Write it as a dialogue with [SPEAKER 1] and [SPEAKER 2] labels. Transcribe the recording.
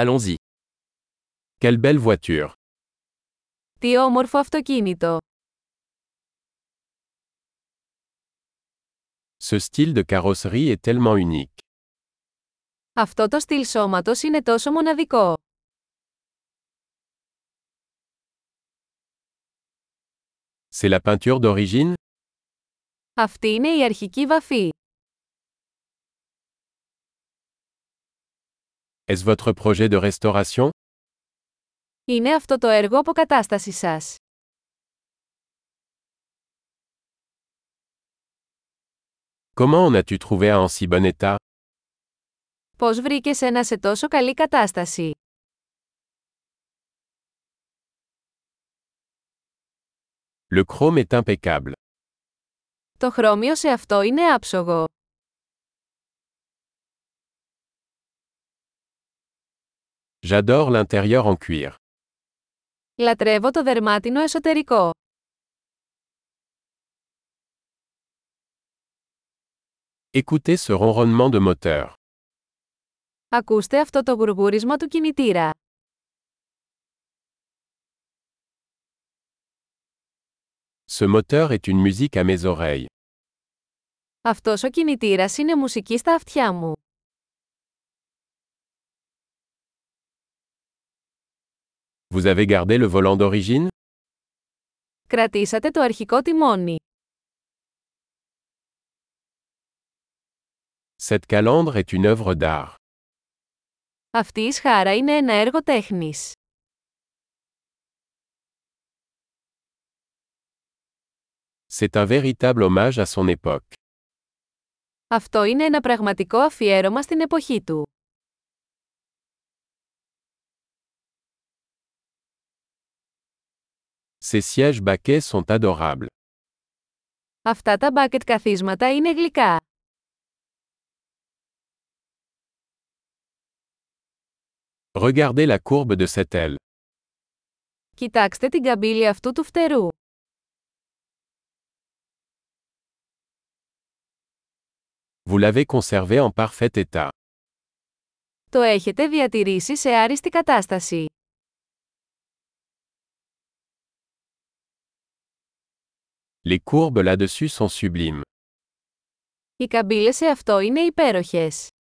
[SPEAKER 1] Allons-y. Quelle belle voiture.
[SPEAKER 2] Τι όμορφο αυτοκίνητο.
[SPEAKER 1] Ce style de carrosserie est tellement unique.
[SPEAKER 2] Αυτό το στυλ σώματος είναι τόσο μοναδικό.
[SPEAKER 1] C'est la peinture d'origine
[SPEAKER 2] Αυτή είναι η αρχική βαφή.
[SPEAKER 1] Est-ce votre projet de restauration
[SPEAKER 2] Είναι αυτό το έργο αποκατάσταση σας.
[SPEAKER 1] Comment en as-tu trouvé un en si bon état
[SPEAKER 2] Πώς βρήκες ένα σε τόσο καλή κατάσταση.
[SPEAKER 1] Le chrome est impeccable.
[SPEAKER 2] Το χρώμιο σε αυτό είναι άψογο.
[SPEAKER 1] J'adore l'intérieur en cuir.
[SPEAKER 2] Λατρεύω το δερμάτινο εσωτερικό.
[SPEAKER 1] Écoutez ce ronronnement de moteur.
[SPEAKER 2] Ακούστε αυτό το γουργούρισμα του κινητήρα.
[SPEAKER 1] Ce moteur est une musique à mes oreilles.
[SPEAKER 2] Αυτός ο κινητήρας είναι μουσική στα αυτιά μου.
[SPEAKER 1] Vous avez gardé le volant d'origine
[SPEAKER 2] Κρατήσατε το αρχικό τιμόνι.
[SPEAKER 1] Cette calandre est une œuvre d'art.
[SPEAKER 2] Αυτή η σχάρα είναι ένα έργο τέχνης.
[SPEAKER 1] C'est un véritable hommage à son époque.
[SPEAKER 2] Αυτό είναι ένα πραγματικό αφιέρωμα στην εποχή του.
[SPEAKER 1] Ces sièges baquets sont adorables.
[SPEAKER 2] Αυτά τα μπάκετ καθίσματα είναι γλυκά.
[SPEAKER 1] Regardez la courbe de cette aile.
[SPEAKER 2] Κοιτάξτε την καμπύλη αυτού του φτερού.
[SPEAKER 1] Vous l'avez conservé en parfait état.
[SPEAKER 2] Το έχετε διατηρήσει σε άριστη κατάσταση.
[SPEAKER 1] Les courbes là-dessus sont sublimes.
[SPEAKER 2] Οι καμπύλες σε αυτό είναι υπέροχες.